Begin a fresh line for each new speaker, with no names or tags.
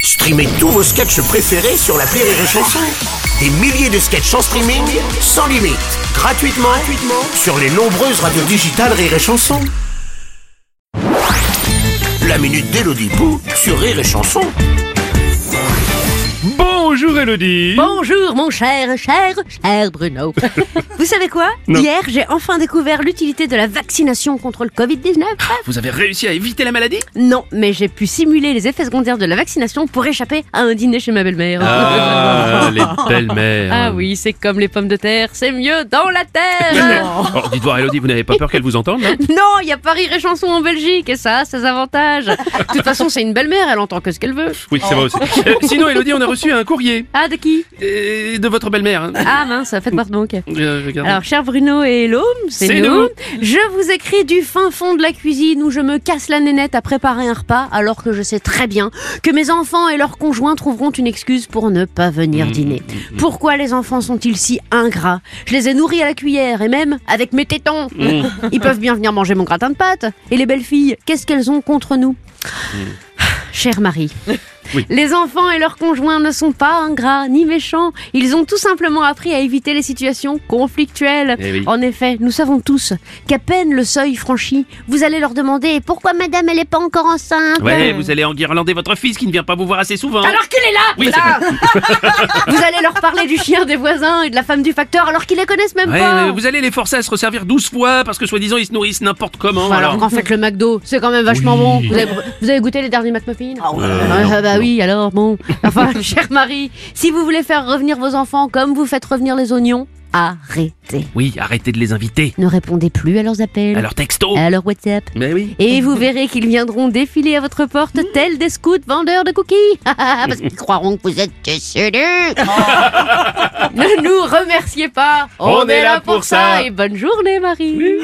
Streamez tous vos sketchs préférés sur la Rire et Chanson. Des milliers de sketchs en streaming, sans limite, gratuitement, gratuitement sur les nombreuses radios digitales Rire et Chanson. La minute d'Elodie Pou sur Rire et Chanson.
Bonjour Elodie
Bonjour mon cher, cher, cher Bruno. Vous savez quoi
Non.
Hier, j'ai enfin découvert l'utilité de la vaccination contre le Covid-19.
Vous avez réussi à éviter la maladie
Non, mais j'ai pu simuler les effets secondaires de la vaccination pour échapper à un dîner chez ma belle-mère.
Ah, les belles-mères
Ah oui, c'est comme les pommes de terre, c'est mieux dans la terre.
Oh, dites voir Elodie, vous n'avez pas peur qu'elle vous hein entende là
Non, il y a Paris et chanson en Belgique et ça a ses avantages. De toute façon, c'est une belle-mère, elle entend que ce qu'elle veut.
Oui, c'est vrai aussi.
Oh.
Euh, sinon Elodie, on a reçu un courrier
Ah, de qui
euh, de votre belle-mère. hein.
Ah mince, faites-moi donc.
Euh, je regarde.
Alors, cher Bruno et Hello,
C'est
c'est nous.
nous.
Je vous écris du fin fond de la cuisine où je me casse la nénette à préparer un repas alors que je sais très bien que mes enfants et leurs conjoints trouveront une excuse pour ne pas venir
Mmh. Mm.
dîner. Pourquoi les enfants sont-ils si ingrats Je les ai nourris à la cuillère et même avec mes tétons.
Mm.
Ils peuvent bien venir manger mon gratin de pâtes. Et les belles filles, qu'est-ce qu'elles ont contre nous Chère Marie,
Hmm. Oui.
les enfants et leurs conjoints ne sont pas ingrats ni méchants. Ils ont tout simplement appris à éviter les situations conflictuelles.
Eh oui.
En effet, nous savons tous qu'à peine le seuil franchi, vous allez leur demander pourquoi madame elle n'est pas encore enceinte.
Ouais, vous allez enguirlander votre fils qui ne vient pas vous voir assez souvent.
Alors qu'il est là,
Oui, c'est
là Vous allez leur parler du chien des voisins et de la femme du facteur alors qu'ils les connaissent même
Ouais,
pas.
mais vous allez les forcer à se resservir 12 fois parce que soi-disant ils se nourrissent n'importe comment.
Enfin, alors
alors.
qu'en fait le McDo, c'est quand même vachement bon.
Oui.
Vous avez, vous avez goûté les derniers McMuffins Ah, Bah oui, alors bon. Enfin, chère Marie, si vous voulez faire revenir vos enfants comme vous faites revenir les oignons, arrêtez.
Oui, arrêtez de les inviter.
Ne répondez plus à leurs appels,
Alors oh. texto.
à leurs WhatsApp.
Mais oui.
Et vous verrez qu'ils viendront défiler à votre porte
Hmm.
tels des scouts vendeurs de cookies. Parce qu'ils croiront que vous êtes des chelous. Ne nous remerciez pas.
On est là pour ça.
Et bonne journée, Marie.